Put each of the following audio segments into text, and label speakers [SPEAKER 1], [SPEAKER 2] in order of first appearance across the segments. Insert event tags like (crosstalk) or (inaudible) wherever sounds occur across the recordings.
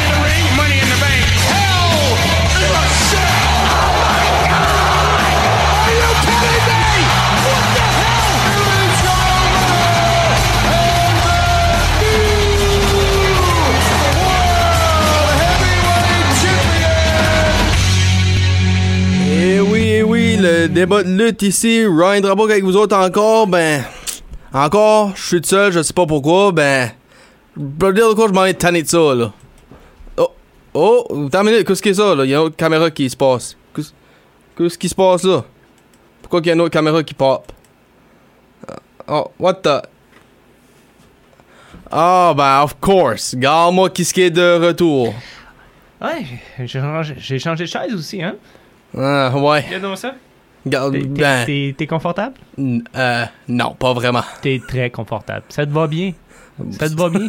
[SPEAKER 1] of the Ring, Money in the Bank. Hell in a Cell. Oh my God! Are you kidding me? What the hell? It's over.
[SPEAKER 2] Et Eh oui, et oui, le débat de lutte ici, Ryan Drabok avec vous autres encore, ben... Encore, je suis tout seul, je sais pas pourquoi, ben... Je peux dire de quoi je m'en ai tanné de ça, là. Oh, oh, attends une minute, qu'est-ce qui est ça, là? Il y a une autre caméra qui se passe. Qu'est-ce- Qu'est-ce qui se passe, là? Pourquoi qu'il y a une autre caméra qui pop? Oh, what the... Ah, ben, of course. Garde-moi qui ce qui est de retour.
[SPEAKER 3] Ouais, j'ai- j'ai changé- j'ai changé de chaise aussi, hein?
[SPEAKER 2] Ah, ouais.
[SPEAKER 3] Regarde ça.
[SPEAKER 2] Garde...
[SPEAKER 3] T'es- T'es
[SPEAKER 2] Ben...
[SPEAKER 3] t'es- t'es confortable?
[SPEAKER 2] n- Euh... Non, pas vraiment.
[SPEAKER 3] T'es très confortable. Ça te va bien? Ça te va
[SPEAKER 2] (laughs)
[SPEAKER 3] bien?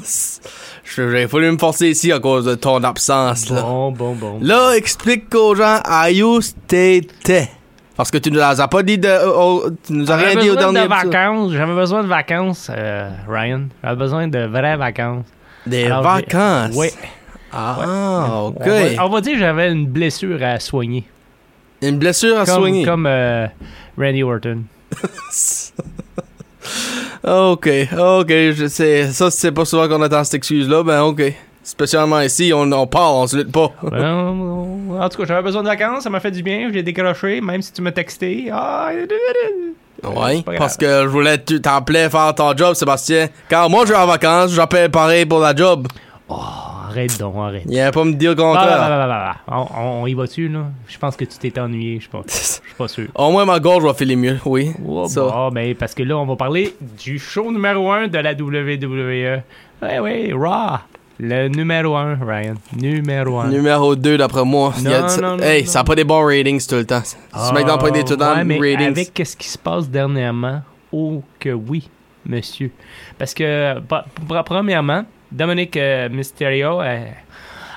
[SPEAKER 2] Je- J'ai fallu me forcer ici à cause de ton absence. Là,
[SPEAKER 3] Bon, bon, bon.
[SPEAKER 2] là explique aux gens à où t'étais. Parce que tu nous as pas dit de. oh, oh, tu nous as
[SPEAKER 3] J'avais
[SPEAKER 2] rien dit au
[SPEAKER 3] besoin
[SPEAKER 2] dernier
[SPEAKER 3] de
[SPEAKER 2] épisode.
[SPEAKER 3] vacances. J'avais besoin de vacances, euh, Ryan. J'avais besoin de vraies vacances.
[SPEAKER 2] Des
[SPEAKER 3] Alors, j'ai-
[SPEAKER 2] vacances.
[SPEAKER 3] Ouais.
[SPEAKER 2] Ah, ok.
[SPEAKER 3] On va, on va dire que j'avais une blessure à soigner.
[SPEAKER 2] Une blessure à
[SPEAKER 3] Comme,
[SPEAKER 2] soigner.
[SPEAKER 3] comme euh, Randy Orton.
[SPEAKER 2] (laughs) Ok, ok. Je sais. Ça, c'est pas souvent qu'on entend cette excuse-là. Ben, ok. Spécialement ici, on, on part, on se lutte pas.
[SPEAKER 3] Ben, Euh, en tout cas, j'avais besoin de vacances. Ça m'a fait du bien. Je l'ai décroché, même si tu m'as texté. Ah,
[SPEAKER 2] (laughs) Ouais,
[SPEAKER 3] c'est pas grave.
[SPEAKER 2] parce que je voulais, tu t'en plais faire ton job, Sébastien. Quand moi je vais en vacances, j'appelle pareil pour la job.
[SPEAKER 3] arrête donc, arrête.
[SPEAKER 2] Il y a pas me dire le
[SPEAKER 3] Ah,
[SPEAKER 2] contraire.
[SPEAKER 3] bah, bah, bah, bah, bah. On, on- on y va dessus, là. Je pense que tu t'es ennuyé, je pense. Je suis pas sûr.
[SPEAKER 2] Au moins, ma gorge va filer mieux, oui.
[SPEAKER 3] Oh,
[SPEAKER 2] Ça.
[SPEAKER 3] bah, ben, parce que là, on va parler du show numéro 1 de la WWE. Ouais, ouais, Raw. Le numéro 1, Ryan. Numéro 1.
[SPEAKER 2] Numéro 2, d'après moi. Il y a-
[SPEAKER 3] Non,
[SPEAKER 2] ça-
[SPEAKER 3] non, non,
[SPEAKER 2] hey,
[SPEAKER 3] non.
[SPEAKER 2] ça n'a pas des bons ratings tout le temps. SmackDown pas des tout le temps
[SPEAKER 3] Ah, ouais, mais
[SPEAKER 2] ratings.
[SPEAKER 3] Avec ce qui se passe dernièrement, oh que oui, monsieur. Parce que, pa- pr- premièrement, Dominic euh, Mysterio euh,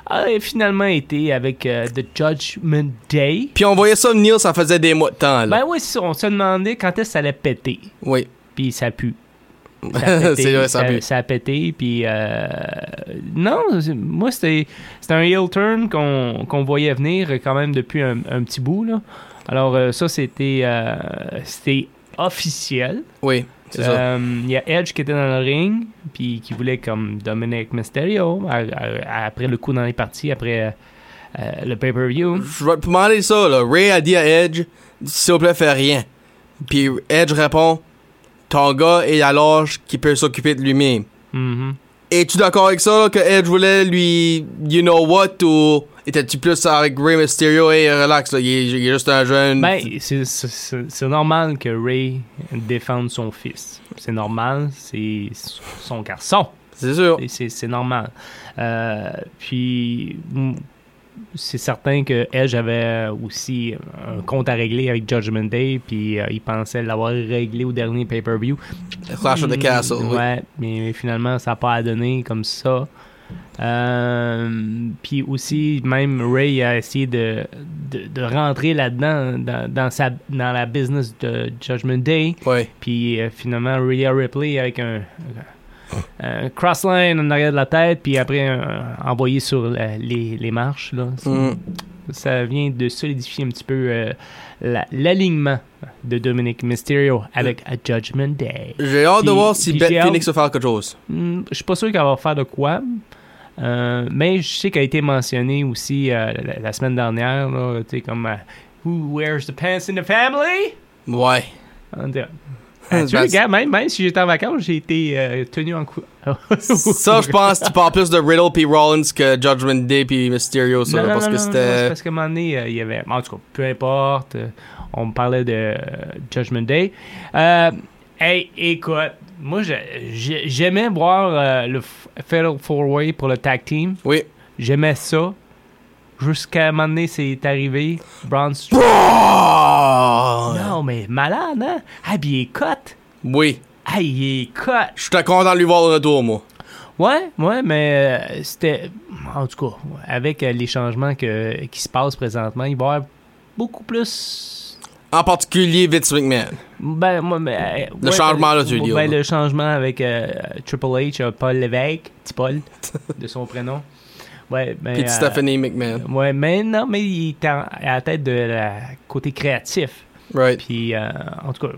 [SPEAKER 3] a finalement été avec euh, The Judgment Day.
[SPEAKER 2] Puis on voyait ça venir, ça faisait des mois de temps, là.
[SPEAKER 3] Ben oui, on se demandait quand est-ce que ça allait péter.
[SPEAKER 2] oui.
[SPEAKER 3] Puis ça pue.
[SPEAKER 2] (laughs)
[SPEAKER 3] Ça a pété,
[SPEAKER 2] C'est vrai, ça pue.
[SPEAKER 3] a pété, puis... euh, Non, c'est- moi, c'était c'était un heel turn qu'on qu'on voyait venir quand même depuis un, un petit bout. Là. Alors euh, ça, c'était euh, c'était officiel.
[SPEAKER 2] Oui, c'est ça.
[SPEAKER 3] Euh, Il y a Edge qui était dans le ring, puis qui voulait comme Dominic Mysterio, à- à- après le coup dans les parties, après euh, le pay-per-view.
[SPEAKER 2] Je vais te demander ça, là. Ray a dit à Edge, s'il vous plaît, fais rien. Puis Edge répond, ton gars est à l'âge qui peut s'occuper de lui-même.
[SPEAKER 3] Mhm.
[SPEAKER 2] Es-tu d'accord avec ça, là, que Edge voulait lui, you know what, ou étais-tu plus avec Ray Mysterio, hey, relax, là, il est, il est juste un jeune.
[SPEAKER 3] Ben, c'est- c'est c'est normal que Ray défende son fils. C'est normal, c'est son garçon.
[SPEAKER 2] c'est sûr.
[SPEAKER 3] Et C'est c'est normal. Euh, puis, mm, c'est certain que Edge avait aussi un compte à régler avec Judgment Day, puis euh, il pensait l'avoir réglé au dernier pay-per-view.
[SPEAKER 2] Clash of the
[SPEAKER 3] Mm,
[SPEAKER 2] Castle, oui.
[SPEAKER 3] Ouais, mais finalement, ça n'a pas à donner comme ça. Euh, puis aussi, même Ray a essayé de, de, de rentrer là-dedans, dans, dans, sa, dans la business de Judgment Day.
[SPEAKER 2] Ouais.
[SPEAKER 3] Puis euh, finalement, Rhea Ripley avec un, un crossline en arrière de la tête, puis après un- envoyé sur la- les, les marches. Là. Ça-
[SPEAKER 2] Mm.
[SPEAKER 3] Ça vient de solidifier un petit peu euh, la- l'alignement de Dominic Mysterio avec A Judgment Day.
[SPEAKER 2] J'ai hâte de
[SPEAKER 3] Puis-
[SPEAKER 2] voir si
[SPEAKER 3] puis
[SPEAKER 2] Beth
[SPEAKER 3] j'ai hâte-
[SPEAKER 2] Phoenix va faire quelque chose.
[SPEAKER 3] Hmm, Je suis pas sûr qu'elle va faire de quoi. Euh, mais je sais qu'elle a été mentionnée aussi euh, la, la semaine dernière, là, tu sais, comme euh, Who wears the pants in the family? (laughs)
[SPEAKER 2] Ouais.
[SPEAKER 3] On dirait-
[SPEAKER 2] Ben,
[SPEAKER 3] Ah, tu vois, regarde, même, même si j'étais en vacances, j'ai été euh, tenu en cou.
[SPEAKER 2] Ça, je pense, tu parles plus de Riddle puis Rollins que Judgment Day puis Mysterio, ça,
[SPEAKER 3] Non, non,
[SPEAKER 2] là, parce
[SPEAKER 3] non,
[SPEAKER 2] que
[SPEAKER 3] non, non, c'est
[SPEAKER 2] c'était.
[SPEAKER 3] parce qu'à un moment donné, euh, il y avait. En tout cas, peu importe. euh, on parlait de euh, Judgment Day. Euh, hey, écoute, moi, je- j'ai- j'aimais voir euh, le f- Fatal Four Way pour le tag team.
[SPEAKER 2] Oui.
[SPEAKER 3] J'aimais ça. Jusqu'à un moment donné, c'est arrivé. Braun Strowman.
[SPEAKER 2] Braun!
[SPEAKER 3] Non, mais malade, hein? Ah, puis il est cut.
[SPEAKER 2] Oui.
[SPEAKER 3] Ah, il est cut.
[SPEAKER 2] Je suis content de lui voir le retour, moi.
[SPEAKER 3] Ouais, ouais, mais euh, c'était. En tout cas, avec euh, les changements que, qui se passent présentement, il va y avoir beaucoup plus.
[SPEAKER 2] En particulier Vince McMahon.
[SPEAKER 3] Ben, moi, mais, euh,
[SPEAKER 2] Le changement, là, tu veux
[SPEAKER 3] ben,
[SPEAKER 2] dire,
[SPEAKER 3] Ben,
[SPEAKER 2] là.
[SPEAKER 3] le changement avec euh, Triple H, euh, Paul Lévesque, petit
[SPEAKER 2] (laughs)
[SPEAKER 3] Paul, de son prénom. Ouais, ben,
[SPEAKER 2] Puis
[SPEAKER 3] euh,
[SPEAKER 2] Stephanie McMahon.
[SPEAKER 3] Ouais, mais non, mais il est en- à la tête de la côté créatif.
[SPEAKER 2] Right.
[SPEAKER 3] Puis, euh, en tout cas,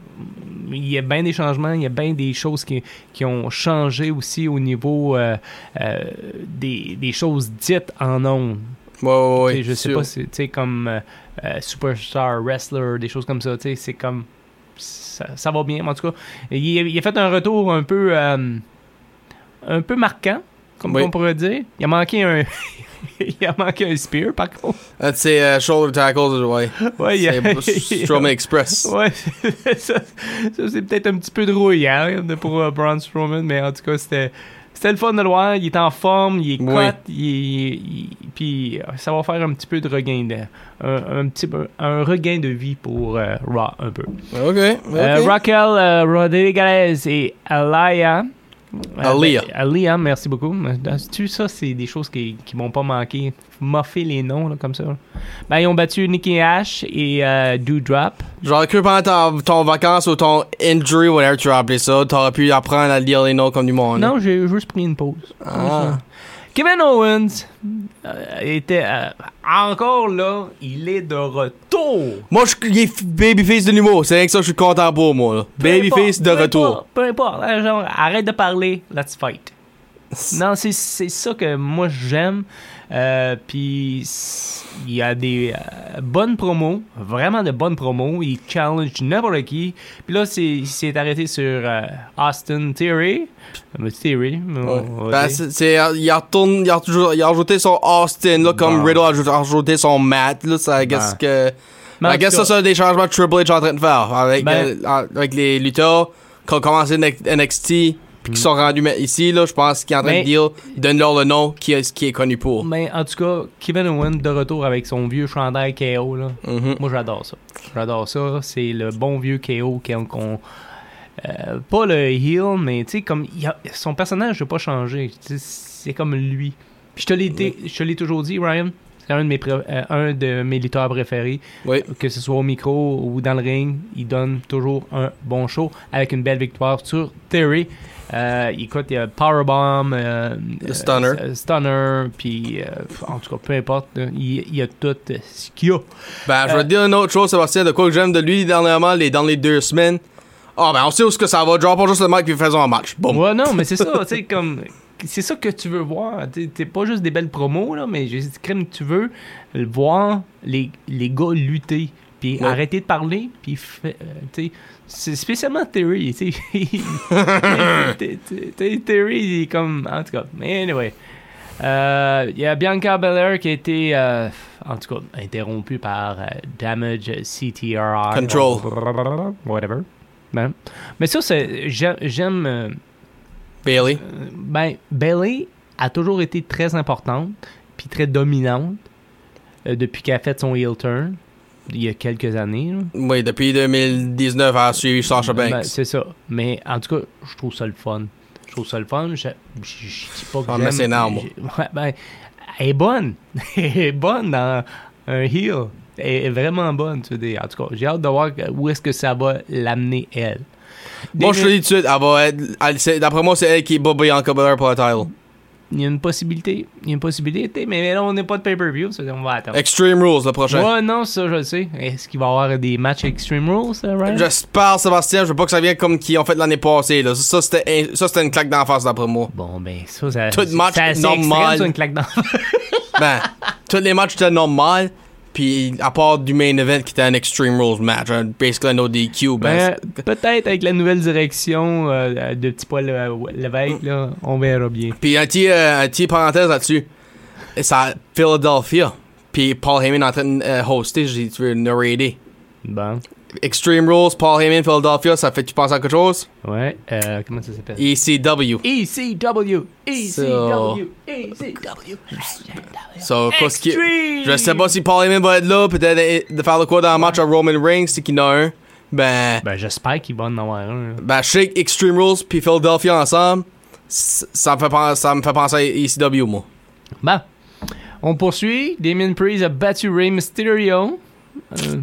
[SPEAKER 3] il y a bien des changements, il y a bien des choses qui, qui ont changé aussi au niveau euh, euh, des, des choses dites en ondes.
[SPEAKER 2] Ouais, ouais,
[SPEAKER 3] Tu
[SPEAKER 2] ouais.
[SPEAKER 3] sais, je sais
[SPEAKER 2] sûr.
[SPEAKER 3] pas, si- tu sais, comme euh, euh, Superstar Wrestler, des choses comme ça, tu sais, c'est comme. Ça, ça va bien, mais en tout cas. Il, a- il a fait un retour un peu. euh, un peu marquant, comme
[SPEAKER 2] Oui.
[SPEAKER 3] on pourrait dire. Il a manqué un. (laughs) il a manqué un spear, par contre.
[SPEAKER 2] Un de ses euh, shoulder tackles, ouais.
[SPEAKER 3] (laughs) Ouais, il a- (laughs)
[SPEAKER 2] C'est Strowman Express.
[SPEAKER 3] Ouais, (laughs) ça, ça, c'est peut-être un petit peu drouillant pour euh, Braun Strowman, mais en tout cas, c'était. C'était le fun de le voir, il est en forme, il est
[SPEAKER 2] Oui.
[SPEAKER 3] cut, il est- il- il- puis euh, ça va faire un petit peu de regain de, un, un petit peu, un regain de vie pour euh, Raw un peu.
[SPEAKER 2] Ok.
[SPEAKER 3] Euh,
[SPEAKER 2] ok.
[SPEAKER 3] Raquel euh, Rodriguez et Alaya.
[SPEAKER 2] Aliyah.
[SPEAKER 3] ben, Aliyah, merci beaucoup. Tu ça, c'est des choses qui, qui m'ont pas manqué. Moffer les noms là, comme ça. Ben, ils ont battu Nikki Ash et euh, Doudrop.
[SPEAKER 2] J'aurais cru pendant ta- ton vacances ou ton injury, whatever tu as appelé ça, t'aurais pu apprendre à lire les noms comme du monde.
[SPEAKER 3] Non, j'ai juste pris une pause.
[SPEAKER 2] Ah.
[SPEAKER 3] Kevin Owens euh, était euh, encore là, il est de retour.
[SPEAKER 2] Moi, je suis il est f- babyface de nouveau. C'est rien que ça, je suis content pour moi. là.
[SPEAKER 3] Peu
[SPEAKER 2] Babyface
[SPEAKER 3] importe,
[SPEAKER 2] de
[SPEAKER 3] peu
[SPEAKER 2] retour.
[SPEAKER 3] importe, peu importe, hein, genre, arrête de parler, let's fight. Non, c'est c'est ça que moi j'aime. Euh, Puis s- il y a des euh, bonnes promos, vraiment de bonnes promos. Il challenge n'importe qui. Puis là, c'est- il s'est arrêté sur euh, Austin Theory. Euh, Theory. on-
[SPEAKER 2] Ouais.
[SPEAKER 3] on va
[SPEAKER 2] Ben,
[SPEAKER 3] dire.
[SPEAKER 2] c'est- c'est- il a retourné, il a, toujours- il a rajouté son Austin, là, comme
[SPEAKER 3] Bon.
[SPEAKER 2] Riddle a aj- a rajouté son Matt, là, ça, I guess
[SPEAKER 3] Ben.
[SPEAKER 2] que.
[SPEAKER 3] Mais en
[SPEAKER 2] I guess
[SPEAKER 3] tout
[SPEAKER 2] ça, c'est des changements que Triple H est en train de faire. Avec,
[SPEAKER 3] Ben.
[SPEAKER 2] euh, avec les lutteurs qui ont commencé NXT, NXT puis qui sont rendus ma- ici, là, je pense qu'il est en train
[SPEAKER 3] Hmm. Mais-
[SPEAKER 2] de dire, donne-leur le nom qui est, qui est connu pour.
[SPEAKER 3] Mais en tout cas, Kevin Owens de retour avec son vieux chandail KO. Là.
[SPEAKER 2] Mhm.
[SPEAKER 3] Moi, j'adore ça. J'adore ça. C'est le bon vieux KO qu'on. qu'on- euh, pas le heel, mais tu sais, comme. il a- son personnage n'a pas changé. Tu sais, C'est comme lui. Puis je te l'ai été- je te l'ai toujours dit, Ryan. C'est un de, mes pré- euh, un de mes lutteurs préférés.
[SPEAKER 2] Oui.
[SPEAKER 3] Que ce soit au micro ou dans le ring, il donne toujours un bon show avec une belle victoire sur Theory. Euh, écoute, il y a Powerbomb, euh,
[SPEAKER 2] Le Stunner.
[SPEAKER 3] euh, Stunner, puis euh, en tout cas, peu importe, là, il, il y a tout euh, ce qu'il y a.
[SPEAKER 2] Ben, je vais
[SPEAKER 3] Euh,
[SPEAKER 2] te dire une autre chose, Sébastien, de quoi que j'aime de lui dernièrement, les, dans les deux semaines. Ah, ben, on sait où ce que ça va. Genre, pas juste le mec qui fait son match. Boum.
[SPEAKER 3] Ouais, non, mais c'est ça, tu sais, comme. C'est ça que tu veux voir. Tu sais, C'est pas juste des belles promos, là, mais j'ai dit, crème, tu veux voir les, les gars lutter. Puis
[SPEAKER 2] Ouais.
[SPEAKER 3] arrêter de parler, puis fait- euh, tu sais, c'est spécialement Terry, tu sais. (laughs) Tu sais, tu sais, Terry, il est comme. En tout cas, mais anyway. Euh, Il y a Bianca Belair qui a été, euh, en tout cas, interrompue par euh, Damage CTRR.
[SPEAKER 2] Control.
[SPEAKER 3] Whatever. Ben, Mais ça, c'est- j'ai- j'aime. euh,
[SPEAKER 2] Bailey.
[SPEAKER 3] euh, ben, Bailey a toujours été très importante, puis très dominante euh, depuis qu'elle a fait son heel turn il y a quelques années. là.
[SPEAKER 2] Oui, depuis 2019, elle a suivi Sasha Banks.
[SPEAKER 3] Ben, c'est ça. Mais en tout cas, je trouve ça le fun. Je trouve ça le fun. Je, je- je dis pas que
[SPEAKER 2] Ah, mais
[SPEAKER 3] j'aime-
[SPEAKER 2] c'est énorme, moi.
[SPEAKER 3] j'ai- ouais, ben, elle est bonne. (laughs) elle est bonne dans un heel. Elle est vraiment bonne, tu veux dire. En tout cas, j'ai hâte de voir où est-ce que ça va l'amener, elle.
[SPEAKER 2] Moi, je te le dis tout de suite, elle va être. elle- c'est- D'après moi, c'est elle qui bat Bianca Belair pour le title.
[SPEAKER 3] Il y a une possibilité. Il y a une possibilité, mais là, on n'est pas de pay-per-view, ça veut dire on va attendre.
[SPEAKER 2] Extreme Rules, le prochain.
[SPEAKER 3] Ouais, non, ça, je le sais. Est-ce qu'il va y avoir des matchs Extreme Rules, ça, Ryan?
[SPEAKER 2] J'espère, Sébastien, je veux pas que ça vienne comme qu'ils ont fait l'année passée. Là. Ça, c'était ça, c'était une claque d'en face, d'après moi.
[SPEAKER 3] Bon, ben, ça, ça.
[SPEAKER 2] Tout match
[SPEAKER 3] ça, c'est
[SPEAKER 2] normal.
[SPEAKER 3] extrême, ça, une claque dans
[SPEAKER 2] ben, tous les matchs étaient normaux. Puis, à part du main event qui était un Extreme Rules match, un, basically un ODQ, ben,
[SPEAKER 3] Ben, peut-être avec la nouvelle direction euh, de Petit Paul Le- Lévesque,
[SPEAKER 2] Mm.
[SPEAKER 3] là, on verra bien.
[SPEAKER 2] Puis un petit, euh, un petit parenthèse là-dessus. C'est à Philadelphia. Puis Paul Heyman est en train de euh, hoster, j'ai tu veux narrater.
[SPEAKER 3] Bon,
[SPEAKER 2] Extreme Rules, Paul Heyman, Philadelphia, ça fait tu penses à quelque chose? E
[SPEAKER 3] ouais. euh, comment ça s'appelle? E
[SPEAKER 2] ECW.
[SPEAKER 3] ECW! ECW!
[SPEAKER 2] So-
[SPEAKER 3] ECW!
[SPEAKER 2] So, Oh, qu'est-ce qui-
[SPEAKER 3] E Extreme!
[SPEAKER 2] Je sais pas si Paul Heyman va être là, peut-être euh, de faire le quoi dans le match à Roman Reigns, c'est qu'il en a un. Ben,
[SPEAKER 3] Ben, j'espère qu'il va en avoir un. là.
[SPEAKER 2] ben, je sais que Extreme Rules puis Philadelphia ensemble, c- ça me fait penser, ça me fait penser à ECW, moi.
[SPEAKER 3] Bon. On poursuit. Damien Priest a battu Rey Mysterio. Euh,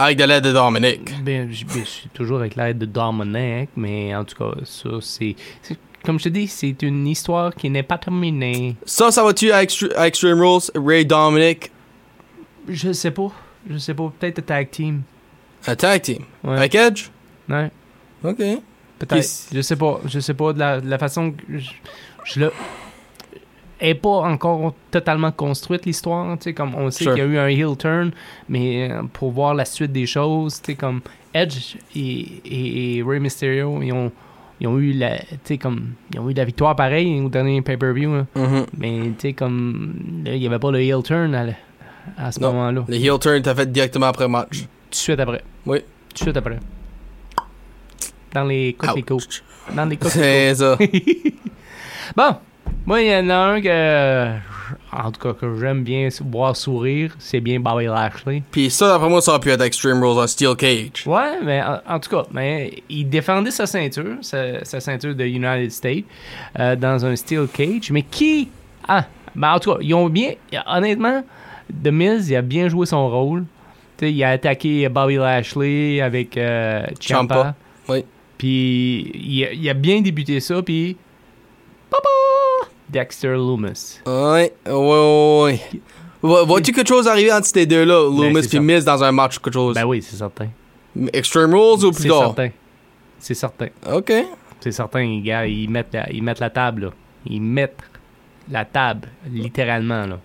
[SPEAKER 2] Avec de l'aide de Dominic.
[SPEAKER 3] ben, j- ben, je suis toujours avec l'aide de Dominic, mais en tout cas, ça, c'est. c'est- Comme je te dis, c'est une histoire qui n'est pas terminée.
[SPEAKER 2] Ça, ça va-tu à, Extre- à Extreme Rules, Ray Dominic,
[SPEAKER 3] Je sais pas. Je sais pas. Peut-être le tag team.
[SPEAKER 2] un tag team?
[SPEAKER 3] Ouais.
[SPEAKER 2] Avec Edge?
[SPEAKER 3] Ouais.
[SPEAKER 2] Ok.
[SPEAKER 3] Peut-être.
[SPEAKER 2] Puis-
[SPEAKER 3] Je sais pas. Je sais pas. De la, de la façon que je, je le. Est pas encore totalement construite l'histoire. Tu sais, comme on sait
[SPEAKER 2] Sure.
[SPEAKER 3] qu'il y a eu un heel turn, mais euh, pour voir la suite des choses, tu sais, comme Edge et, et, et Rey Mysterio, ils ont, ils ont eu la. Tu sais, comme. Ils ont eu la victoire pareil au dernier pay-per-view. hein.
[SPEAKER 2] Mhm.
[SPEAKER 3] Mais tu sais, comme. là, Il y avait pas le heel turn à, la- à ce
[SPEAKER 2] Non.
[SPEAKER 3] moment-là. Tout
[SPEAKER 2] Le heel turn t'as fait directement après le match.
[SPEAKER 3] de suite après.
[SPEAKER 2] Oui.
[SPEAKER 3] Tout de suite après. Dans les coquelicots.
[SPEAKER 2] Ouch. (laughs)
[SPEAKER 3] Dans les coquelicots.
[SPEAKER 2] C'est ça.
[SPEAKER 3] Bon, moi, il y en a un que, en tout cas, que j'aime bien voir sourire, c'est bien Bobby Lashley.
[SPEAKER 2] Puis ça, d'après moi, ça aurait pu être Extreme Rules en Steel Cage.
[SPEAKER 3] Ouais, mais en, en tout cas, mais il défendait sa ceinture, sa, sa ceinture de United States, euh, dans un steel cage. Mais qui. Ah, ben en tout cas, ils ont bien. Honnêtement, The Miz, il a bien joué son rôle. Tu sais, il a attaqué Bobby Lashley avec euh, Ciampa.
[SPEAKER 2] Ciampa, oui.
[SPEAKER 3] Puis il a, il a bien débuté ça, puis. Papa! Dexter Loomis.
[SPEAKER 2] Ouais, ouais, ouais, ouais. Vois- Vois-tu quelque chose arriver entre ces deux-là, Loomis
[SPEAKER 3] Ben, c'est
[SPEAKER 2] puis
[SPEAKER 3] ça.
[SPEAKER 2] Miz, dans un match ou quelque chose?
[SPEAKER 3] Ben oui, c'est certain.
[SPEAKER 2] Extreme Rules ou plus
[SPEAKER 3] C'est
[SPEAKER 2] tard?
[SPEAKER 3] certain. C'est certain.
[SPEAKER 2] Ok.
[SPEAKER 3] C'est certain, les gars, ils mettent la, ils mettent la table, là. Ils mettent la table, littéralement, là.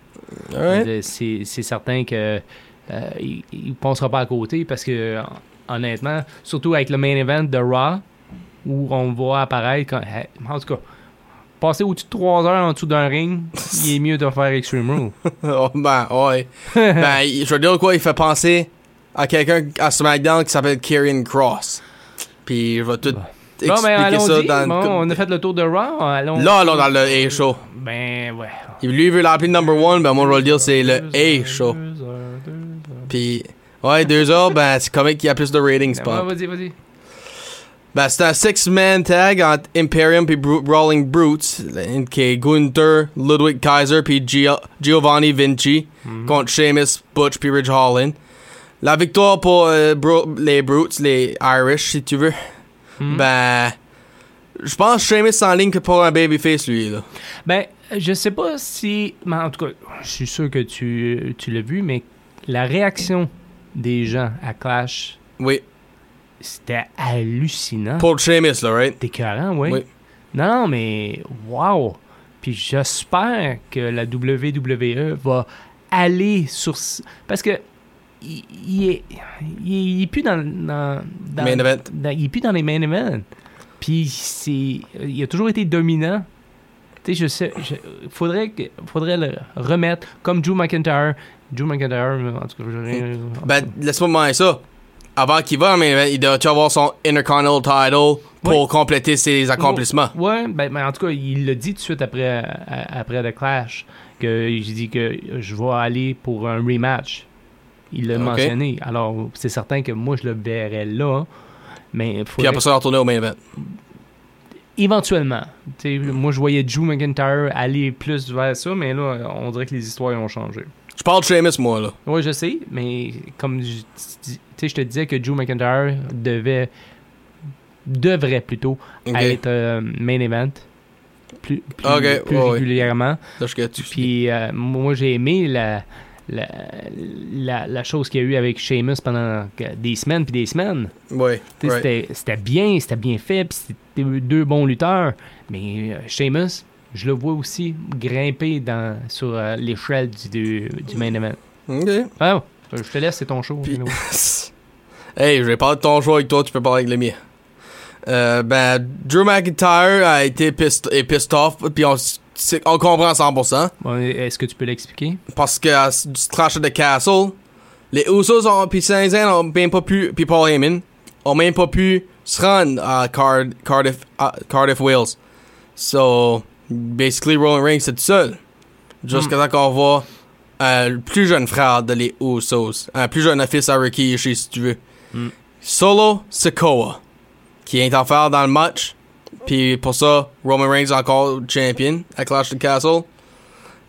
[SPEAKER 2] Alright.
[SPEAKER 3] Je- C'est c'est certain que euh, ils, ils penseront pas à côté parce que, hon- honnêtement, surtout avec le main event de Raw, où on voit apparaître, quand- eh, en tout cas, passer au-dessus de 3 heures en dessous d'un ring, il est mieux de faire Extreme
[SPEAKER 2] (laughs)
[SPEAKER 3] Rule.
[SPEAKER 2] Oh, ben,
[SPEAKER 3] (laughs)
[SPEAKER 2] ouais. ben, il- je veux dire quoi, il fait penser à quelqu'un à SmackDown qui s'appelle Kieran Cross. Puis je vais tout expliquer
[SPEAKER 3] Bon, ben,
[SPEAKER 2] ça
[SPEAKER 3] allons-y.
[SPEAKER 2] dans
[SPEAKER 3] Bon,
[SPEAKER 2] le-
[SPEAKER 3] on a fait le tour de Raw. Allons
[SPEAKER 2] Là, là, dans le A-Show.
[SPEAKER 3] Ben, ouais.
[SPEAKER 2] Lui, il veut l'appeler number one, ben moi, je vais le dire, c'est le A-Show.
[SPEAKER 3] Deux heures, deux heures.
[SPEAKER 2] Puis, ouais, deux heures, ben, c'est comique qu'il y a plus de ratings,
[SPEAKER 3] Ouais,
[SPEAKER 2] pas.
[SPEAKER 3] Ben, vas-y, vas-y.
[SPEAKER 2] Ben, c'est un six-man tag entre Imperium puis Bru- Brawling Brutes, qui est Gunther, Ludwig Kaiser puis Gio- Giovanni Vinci contre Seamus, Butch puis Ridge Holland. La victoire pour euh, Bru- les Brutes, les Irish, si tu veux,
[SPEAKER 3] Mhm.
[SPEAKER 2] ben, je pense que Seamus est en ligne que pour un babyface, lui, là.
[SPEAKER 3] Ben, je sais pas si. mais en tout cas, je suis sûr que tu, tu l'as vu, mais la réaction des gens à Clash,
[SPEAKER 2] Oui,
[SPEAKER 3] c'était hallucinant.
[SPEAKER 2] pour Seamus, là, right?
[SPEAKER 3] T'es écœurant, oui.
[SPEAKER 2] Oui.
[SPEAKER 3] Non, non, mais wow! Puis j'espère que la WWE va aller sur. ce- Parce que. Il, il est, il, il est plus dans, dans, dans-
[SPEAKER 2] Main event.
[SPEAKER 3] dans- il est plus dans les main events. Puis c'est, il a toujours été dominant. Tu sais, je sais, je- faudrait, que- faudrait le remettre comme Drew McIntyre. Drew McIntyre, en tout cas, je-
[SPEAKER 2] Ben, laisse-moi demander ça. Avant qu'il va, mais il doit avoir son Intercontinental title pour
[SPEAKER 3] Oui.
[SPEAKER 2] compléter ses accomplissements.
[SPEAKER 3] Ouais, ben, ben, en tout cas, il l'a dit tout de suite après, à- après The Clash que j'ai dit que je vais aller pour un rematch. Il l'a
[SPEAKER 2] Ok.
[SPEAKER 3] mentionné. Alors, c'est certain que moi, je le verrais là. Mais
[SPEAKER 2] Puis
[SPEAKER 3] faudrait-
[SPEAKER 2] après ça, il va retourner au main event.
[SPEAKER 3] éventuellement. Tu sais, moi, je voyais Drew McIntyre aller plus vers ça, mais là, on dirait que les histoires ont changé.
[SPEAKER 2] Je parle de Sheamus, moi, là.
[SPEAKER 3] Oui, je sais, mais comme je, tu sais, je te disais que Drew McIntyre devait, devrait plutôt
[SPEAKER 2] Ok.
[SPEAKER 3] être euh, main event plus, plus,
[SPEAKER 2] Ok,
[SPEAKER 3] plus
[SPEAKER 2] ouais, ouais.
[SPEAKER 3] régulièrement.
[SPEAKER 2] Là, je que tu.
[SPEAKER 3] Puis euh, moi, j'ai aimé la, la, la, la chose qu'il y a eu avec Sheamus pendant que- des semaines puis des semaines.
[SPEAKER 2] Ouais.
[SPEAKER 3] Tu sais,
[SPEAKER 2] right.
[SPEAKER 3] c'était- C'était bien, c'était bien fait, puis c'était deux bons lutteurs. Mais euh, Sheamus, je le vois aussi grimper dans, sur euh, l'échelle du, du, du main event.
[SPEAKER 2] Ok. (laughs)
[SPEAKER 3] Ah, je te laisse, c'est ton show.
[SPEAKER 2] Puis-
[SPEAKER 3] anyway.
[SPEAKER 2] hey, je vais parler de ton choix avec toi, tu peux parler avec le mien. Euh, ben, Drew McIntyre a été pissed, est pissed off, puis on, s- c'est- on comprend 100%.
[SPEAKER 3] Bon, Est-ce que tu peux l'expliquer?
[SPEAKER 2] Parce que à s- du trash de Castle, les Usos ont, puis saint ont même pas pu, puis Paul Heyman ont même pas pu se rendre à Card- Cardiff, à Cardiff, Wales. So, basically, Roman Reigns c'est tout seul. Jusqu'à temps qu'on voit euh, le plus jeune frère de les Usos, un plus jeune fils à Ricky Ishii, si tu veux. Solo Sokoa, qui est en faire dans le match, Puis pour ça, Roman Reigns est encore champion à Clash of the Castle.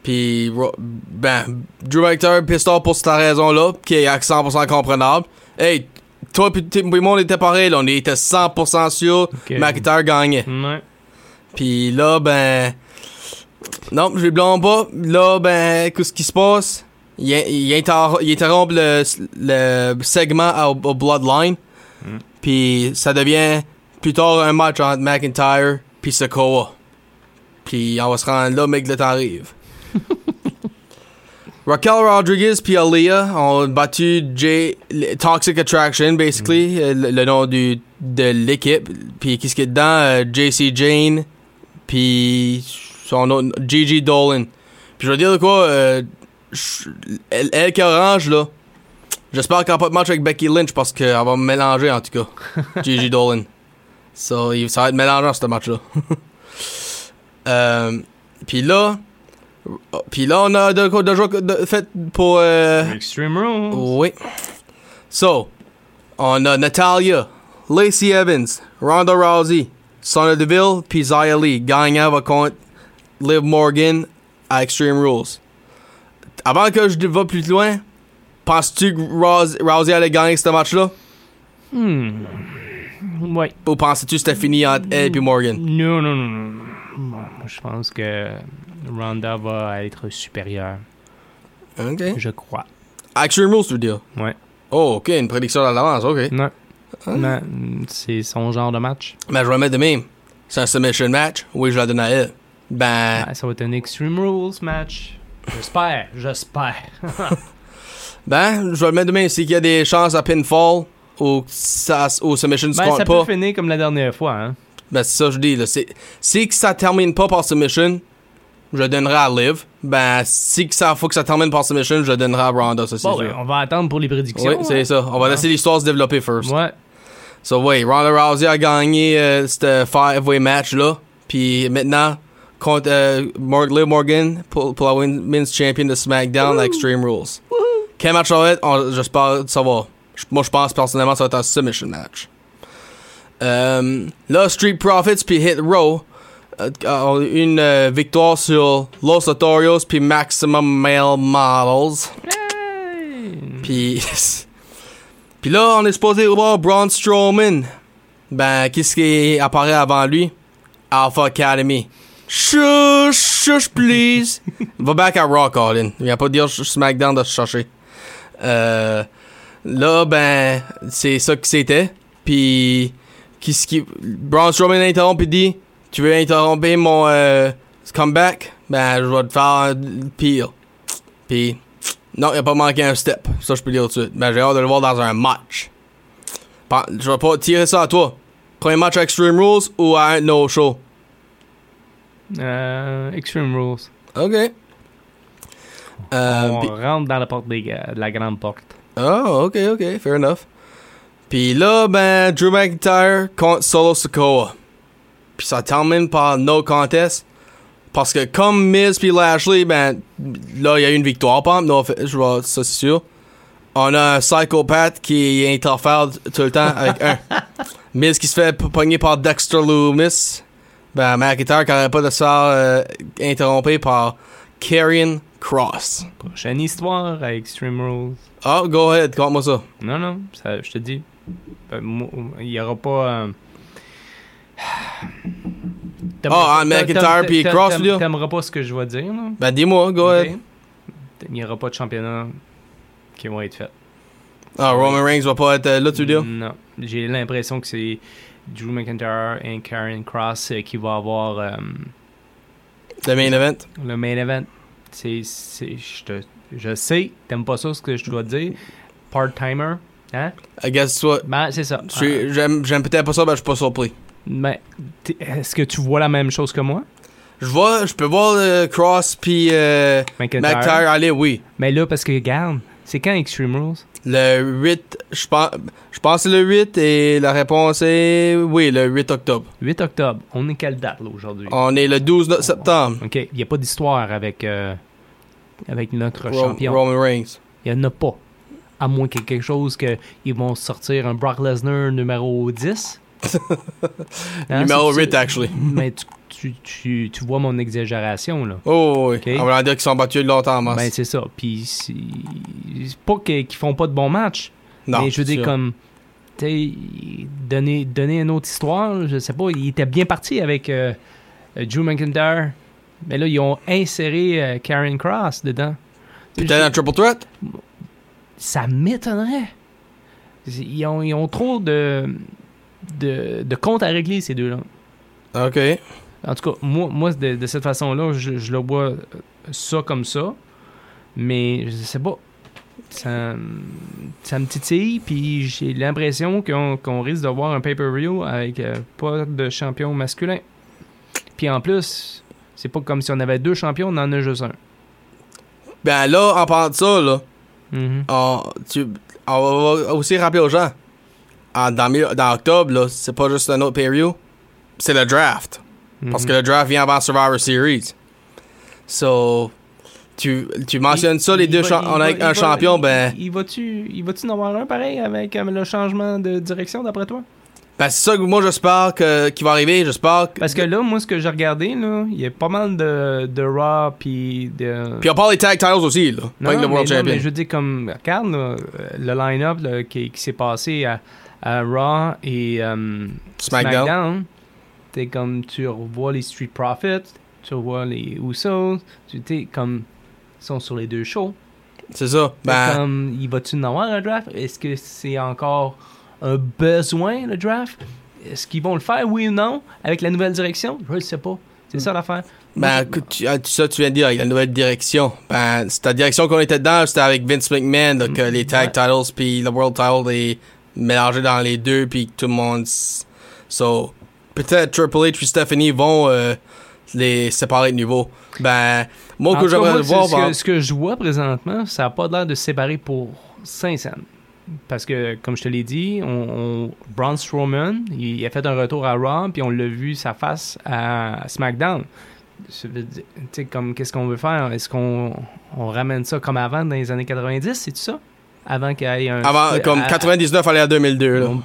[SPEAKER 2] Puis, Ro- ben, Drew McIntyre, Pistor pour cette raison-là, qui est à 100% comprenable. Hey, toi pis t- pis moi, on était pareil, là. On était 100% sûr
[SPEAKER 3] Ok.
[SPEAKER 2] McIntyre gagnait.
[SPEAKER 3] Ouais.
[SPEAKER 2] Puis là, ben. Non, je les blâme pas. Là, ben, qu'est-ce qui se passe? Il, il inter- il interrompt le, le segment au, au Bloodline. Puis ça devient plus tard un match entre McIntyre puis Sokoa. Puis on va se rendre là, mec, le temps arrive. Raquel Rodriguez puis Aaliyah ont battu J Toxic Attraction, basically, euh, le, le nom du, de l'équipe. Puis qu'est-ce qu'il y a dedans? Euh, JC Jane, puis son autre, Gigi Dolan. Puis je veux dire de quoi, euh, je- elle, elle qui est orange, là, j'espère qu'elle n'a pas de match avec Becky Lynch parce qu'elle va me mélanger, en tout cas, Gigi Dolan. So, il- ça va être mélangeant, ce match-là. (laughs) euh, puis là... oh, Puis là, on a de quoi de, jouer- de- fait pour... euh,
[SPEAKER 3] Extreme Rules.
[SPEAKER 2] oui. Oh, So, on a Natalia, Lacey Evans, Ronda Rousey, Sonya Deville, puis Zia Lee gagnant va contre Liv Morgan à Extreme Rules. Avant que je va plus loin, penses-tu que Rouse- Rousey allait gagner ce match-là?
[SPEAKER 3] Hmm. Ouais.
[SPEAKER 2] Ou pensais-tu que c'était fini entre elle et Morgan?
[SPEAKER 3] Non, non, non, non. Bon, moi, je pense que Ronda va être supérieure.
[SPEAKER 2] OK.
[SPEAKER 3] Je crois.
[SPEAKER 2] Extreme Rules, tu veux dire?
[SPEAKER 3] Ouais.
[SPEAKER 2] Oh, OK, une prédiction à l'avance, OK.
[SPEAKER 3] Non.
[SPEAKER 2] Ah.
[SPEAKER 3] Non, c'est son genre de match.
[SPEAKER 2] Mais je vais mettre de même. C'est un submission match. Oui, je la donne à elle. Ben...
[SPEAKER 3] Ah, ça va être un Extreme Rules match. J'espère, j'espère.
[SPEAKER 2] Ben, je vais le mettre demain. S'il y a des chances à pinfall ou ça, ou submission ne se
[SPEAKER 3] Ben,
[SPEAKER 2] compte
[SPEAKER 3] ça
[SPEAKER 2] pas,
[SPEAKER 3] peut finir comme la dernière fois. Hein?
[SPEAKER 2] ben c'est ça que je dis. Là. C'est- Si que ça termine pas par submission, je le donnerai à Liv. Ben, si que ça faut que ça termine par submission, je le donnerai à Ronda, ça c'est
[SPEAKER 3] Bon, ben,
[SPEAKER 2] sûr.
[SPEAKER 3] on va attendre pour les prédictions. hein.
[SPEAKER 2] Oui, c'est ça. On va laisser l'histoire se développer first.
[SPEAKER 3] Ouais.
[SPEAKER 2] So, ouais, Ronda Rousey a gagné euh, ce five-way match-là. Puis maintenant, contre euh, Mor- Liv Morgan pour, pour la Women's Champion de SmackDown à Extreme Rules. Quel match oh, ça va être? On- J'espère savoir. J- Moi, je pense personnellement ça va être un submission match. Euh, là, Street Profits puis Hit Row euh, ont eu une euh, victoire sur Los Otorios puis Maximum Male Models. Puis, (laughs) puis là, on est supposé voir Braun Strowman. Ben, qu'est-ce qui apparaît avant lui? Alpha Academy. Shush, shush, please. Va back à Raw, Colin. Il n'y a pas de dire sur SmackDown de se chercher. Euh, là, ben, c'est ça que c'était. Puis, qu'est-ce qui. Braun Strowman interrompt et dit Tu veux interrompre mon euh, comeback? Ben, je vais te faire un pire. Puis, non, il a pas manqué un step. Ça, je peux le dire tout de suite. Ben, j'ai hâte de le voir dans un match. Pas- Je vais pas tirer ça à toi. Premier match à Extreme Rules ou à un no show.
[SPEAKER 3] Euh, Extreme Rules.
[SPEAKER 2] OK. Euh,
[SPEAKER 3] on
[SPEAKER 2] pis-
[SPEAKER 3] rentre dans la porte des, ga- de la grande porte.
[SPEAKER 2] Oh, OK, OK. Fair enough. Puis là, ben, Drew McIntyre contre Solo Sokoa. Puis ça termine par no contest. Parce que comme Miz puis Lashley, ben, là, il y a eu une victoire, par exemple. Non, fait- je vois, ça, c'est sûr. On a un psychopathe qui interfère tout le temps avec un. Miz qui se fait p- pogner par Dexter Loomis. Ben, McIntyre qui n'arrête pas de se faire euh, interrompre par Karrion Cross.
[SPEAKER 3] Prochaine histoire à Extreme Rules.
[SPEAKER 2] Oh, go ahead, compte-moi ça.
[SPEAKER 3] Non, non, ça, je te dis. euh, moi, Il n'y aura pas. euh, T'aimeras-
[SPEAKER 2] Ah, ah,
[SPEAKER 3] t'a-
[SPEAKER 2] McIntyre
[SPEAKER 3] t'a-
[SPEAKER 2] puis
[SPEAKER 3] t'a-
[SPEAKER 2] Cross,
[SPEAKER 3] t'aimes-
[SPEAKER 2] là.
[SPEAKER 3] T'aimeras pas ce que je vais dire, là.
[SPEAKER 2] Ben dis-moi, go
[SPEAKER 3] Ok?
[SPEAKER 2] ahead.
[SPEAKER 3] Il n'y aura pas de championnat qui va être fait.
[SPEAKER 2] Ah, Roman Reigns va pas être euh, là, tu veux dire?
[SPEAKER 3] Non. J'ai l'impression que c'est Drew McIntyre et Karen Cross euh, qui va avoir euh,
[SPEAKER 2] Le main event?
[SPEAKER 3] le main event. C'est, c'est- je, te- je sais, t'aimes pas ça ce que je dois te dire. Part-timer. Hein?
[SPEAKER 2] I guess what?
[SPEAKER 3] Ben, c'est ça.
[SPEAKER 2] Je suis- J'aime j'aime peut-être pas ça, ben je suis pas surpris.
[SPEAKER 3] Mais est-ce que tu vois la même chose que moi?
[SPEAKER 2] Je vois, je peux voir euh, Cross puis euh,
[SPEAKER 3] McIntyre.
[SPEAKER 2] McIntyre aller, oui.
[SPEAKER 3] Mais là, parce que regarde, c'est quand Extreme Rules?
[SPEAKER 2] Le 8, je pense, je pense que c'est le 8 et la réponse est oui, le 8 octobre.
[SPEAKER 3] 8 octobre. On est quelle date là aujourd'hui?
[SPEAKER 2] On est le 12 no- septembre.
[SPEAKER 3] OK. Il n'y a pas d'histoire avec, euh, avec notre
[SPEAKER 2] Ro-
[SPEAKER 3] champion.
[SPEAKER 2] Roman Reigns.
[SPEAKER 3] Il n'y en a
[SPEAKER 2] (laughs)
[SPEAKER 3] pas. À moins qu'il y ait quelque chose qu'ils vont sortir un Brock Lesnar numéro 10 Hein,
[SPEAKER 2] Numéro
[SPEAKER 3] c'est-
[SPEAKER 2] 8, actually.
[SPEAKER 3] Mais tu, tu, tu, tu vois mon exagération, là.
[SPEAKER 2] Oh, oui.
[SPEAKER 3] Ok.
[SPEAKER 2] On va dire qu'ils sont battus longtemps, en masse.
[SPEAKER 3] Ben, c'est ça. Puis, c'est c'est pas que- qu'ils font pas de bons matchs,
[SPEAKER 2] non.
[SPEAKER 3] mais je veux dire,
[SPEAKER 2] sûr.
[SPEAKER 3] comme. tu sais, Donner, donner une autre histoire, je sais pas. Il était bien parti avec euh, euh, Drew McIntyre, mais là, ils ont inséré euh, Karen Cross dedans.
[SPEAKER 2] Peut-être un triple threat?
[SPEAKER 3] ça m'étonnerait. Ils ont, ils ont trop de, de, de comptes à régler, ces deux-là.
[SPEAKER 2] Ok.
[SPEAKER 3] En tout cas, moi, moi de, de cette façon-là, je, je le vois euh, ça comme ça. Mais je sais pas. Ça, me- ça me titille, puis j'ai l'impression qu'on qu'on risque de voir un pay-per-view avec euh, pas de champion masculin. Puis en plus, c'est pas comme si on avait deux champions, on en a juste un.
[SPEAKER 2] Ben là, en parlant de ça, là,
[SPEAKER 3] Mhm.
[SPEAKER 2] on, Ah, tu- on va aussi rappeler aux gens. En- dans, mi- dans octobre, là, c'est pas juste un autre pay-per-view, c'est le draft. Parce
[SPEAKER 3] Mm-hmm.
[SPEAKER 2] que le draft vient avant Survivor Series. So, tu, tu mentionnes ça, les
[SPEAKER 3] Il
[SPEAKER 2] deux
[SPEAKER 3] va-
[SPEAKER 2] cha-
[SPEAKER 3] il
[SPEAKER 2] on a
[SPEAKER 3] va-
[SPEAKER 2] avec
[SPEAKER 3] il
[SPEAKER 2] un
[SPEAKER 3] va-
[SPEAKER 2] champion,
[SPEAKER 3] il-
[SPEAKER 2] ben,
[SPEAKER 3] Il va-tu il va-tu en avoir un pareil avec euh, le changement de direction, d'après toi?
[SPEAKER 2] ben c'est ça que moi j'espère que, qui va arriver. J'espère que.
[SPEAKER 3] Parce que là, moi, ce que j'ai regardé, là, il y a pas mal de, de Raw puis de.
[SPEAKER 2] Puis on parle des tag titles aussi, là.
[SPEAKER 3] Non,
[SPEAKER 2] pas avec
[SPEAKER 3] non,
[SPEAKER 2] le World
[SPEAKER 3] mais, non,
[SPEAKER 2] Champion.
[SPEAKER 3] mais je veux dire, comme, regarde là, euh, le line-up là, qui, qui s'est passé à, à Raw et euh,
[SPEAKER 2] SmackDown.
[SPEAKER 3] SmackDown. T'es comme, tu revois les Street Profits, tu revois les Usos, tu t'es comme, ils sont sur les deux shows.
[SPEAKER 2] C'est ça.
[SPEAKER 3] Fait
[SPEAKER 2] Ben,
[SPEAKER 3] comme, il va-tu en avoir un draft? Est-ce que c'est encore un besoin, le draft? Est-ce qu'ils vont le faire, oui ou non, avec la nouvelle direction? Je le sais pas.
[SPEAKER 2] Hmm.
[SPEAKER 3] C'est ça l'affaire.
[SPEAKER 2] ben écoute, tu, ah, tu- ça tu viens de dire, avec la nouvelle direction. Ben, c'est la direction qu'on était dedans, c'était avec Vince McMahon, là, que les tag titles puis le World title est mélangé dans les deux, puis que tout le monde. s- So, peut-être Triple H puis Stephanie vont euh, les séparer de nouveau. Ben,
[SPEAKER 3] En
[SPEAKER 2] moi
[SPEAKER 3] tout
[SPEAKER 2] que
[SPEAKER 3] cas,
[SPEAKER 2] j'aimerais
[SPEAKER 3] moi,
[SPEAKER 2] le
[SPEAKER 3] c'est-
[SPEAKER 2] voir.
[SPEAKER 3] ce, que,
[SPEAKER 2] ben,
[SPEAKER 3] ce que je vois présentement, ça n'a pas l'air de se séparer pour saint cents. Parce que, comme je te l'ai dit, on, on- Braun Strowman, il, il a fait un retour à Raw, puis on l'a vu sa face à SmackDown. Ça veut dire- Tu sais, comme, qu'est-ce qu'on veut faire? Est-ce qu'on on ramène ça comme avant, dans les années 90, c'est tout ça? Avant qu'il y ait un...
[SPEAKER 2] Avant, comme
[SPEAKER 3] à-
[SPEAKER 2] 99 allait à 2002, là.
[SPEAKER 3] on-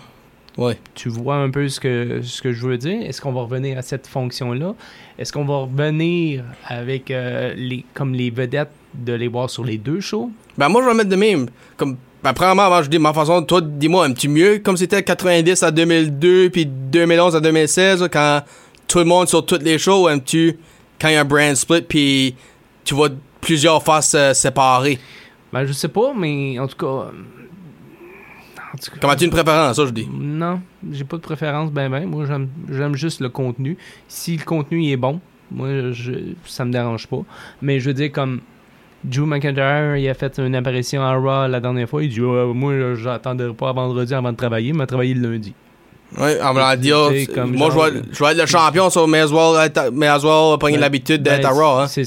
[SPEAKER 2] Ouais.
[SPEAKER 3] Tu vois un peu ce que, ce que je veux dire. Est-ce qu'on va revenir à cette fonction-là? Est-ce qu'on va revenir avec euh, les, comme les vedettes de les voir sur les deux shows?
[SPEAKER 2] Ben, moi, je vais mettre de même. Comme, ben, premièrement, avant, je dis ma façon, toi, dis-moi, un petit mieux, comme c'était 90 à 2002, puis 2011 à 2016, là, quand tout le monde sur toutes les shows, un petit, quand il y a un brand split, puis tu vois plusieurs faces euh, séparées.
[SPEAKER 3] Ben, je sais pas, mais en tout cas. euh, En tout cas
[SPEAKER 2] Comment tu une préférence, ça, je dis?
[SPEAKER 3] Non, j'ai pas de préférence, ben ben. Moi, j'aime- j'aime juste le contenu. Si le contenu il est bon, moi, je, ça me dérange pas. Mais je veux dire, comme Drew McIntyre, il a fait une apparition à Raw la dernière fois. Il dit Ouais, Moi, là, j'attendrai pas à vendredi avant de travailler, mais à travailler le lundi.
[SPEAKER 2] Ouais, en voulant
[SPEAKER 3] Tu
[SPEAKER 2] dire,
[SPEAKER 3] sais,
[SPEAKER 2] euh,
[SPEAKER 3] comme
[SPEAKER 2] moi,
[SPEAKER 3] genre-
[SPEAKER 2] je vais, je vais être le champion, ça, mais as well, être à- may as well prendre
[SPEAKER 3] Ben,
[SPEAKER 2] l'habitude
[SPEAKER 3] Ben,
[SPEAKER 2] d'être à Raw, hein.
[SPEAKER 3] C'est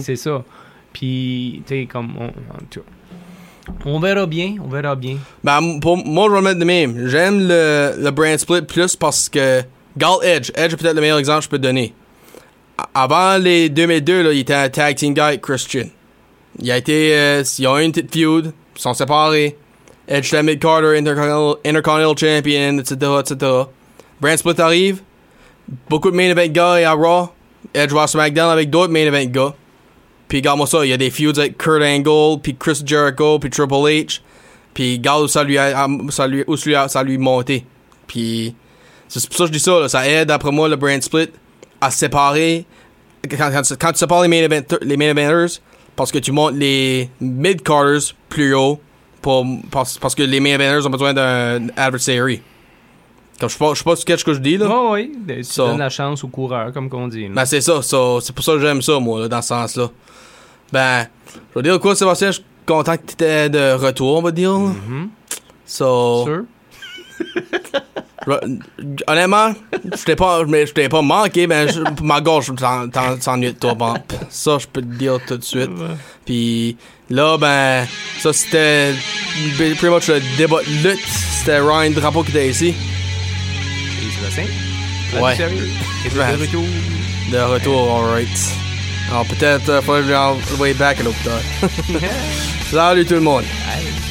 [SPEAKER 3] c'est ça. Puis, tu sais, comme. On, en tout cas, on verra bien, on verra bien.
[SPEAKER 2] Ben, m- pour moi, je vais le mettre de même. J'aime le, le brand split plus parce que Gall Edge, Edge est peut-être le meilleur exemple que je peux te donner. A- Avant les 2002, là, il était un tag team guy avec Christian. Il a été, euh, ils ont eu une petite feud, ils sont séparés. Edge était mid-carter, intercontinental, intercontinental champion, etc., etc. Brand split arrive, beaucoup de main event gars à Raw. Edge va à SmackDown avec d'autres main event gars. Puis regarde-moi ça, il y a des feuds avec Kurt Angle, puis Chris Jericho, puis Triple H. Puis regarde où ça lui a, à- ça lui, où ça lui a- ça lui est monté. Puis c'est pour ça que je dis ça, là, ça aide, d'après moi, le brand split à séparer. Quand, quand tu- quand tu sépares les main, event- les main eventers, parce que tu montes les mid-carders plus haut, pour, parce, parce que les main eventers ont besoin d'un adversary. Comme je sais pas, je sais pas ce que- ce que je dis là.
[SPEAKER 3] Oh, oui, de- tu
[SPEAKER 2] Ça.
[SPEAKER 3] donnes la chance aux coureurs, comme qu'on dit. là.
[SPEAKER 2] Ben, c'est ça, ça- c'est pour ça que j'aime ça, moi, là, dans ce sens-là. Ben, je veux dire quoi, Sébastien, je suis content que t'étais de retour, on va dire. là.
[SPEAKER 3] Mhm.
[SPEAKER 2] So,
[SPEAKER 3] Sûr?
[SPEAKER 2] je- honnêtement, je t'ai pas, mais je t'ai pas manqué, mais je, ma gorge s'en- t'en- s'ennuie de toi, bon. Ça, je peux te dire tout de suite. Puis là, ben, ça, c'était pretty much le débat de lutte. C'était Ryan Drapeau qui était ici.
[SPEAKER 3] Et Sébastien? Ah,
[SPEAKER 2] Ouais. (laughs)
[SPEAKER 3] sérieux? Qu'est-ce que
[SPEAKER 2] Ben,
[SPEAKER 3] le retour?
[SPEAKER 2] De retour, alright. Alors, peut-être, euh, faudrait que j'envoie back à l'hôpital. (laughs) Salut tout le monde.
[SPEAKER 3] Hey.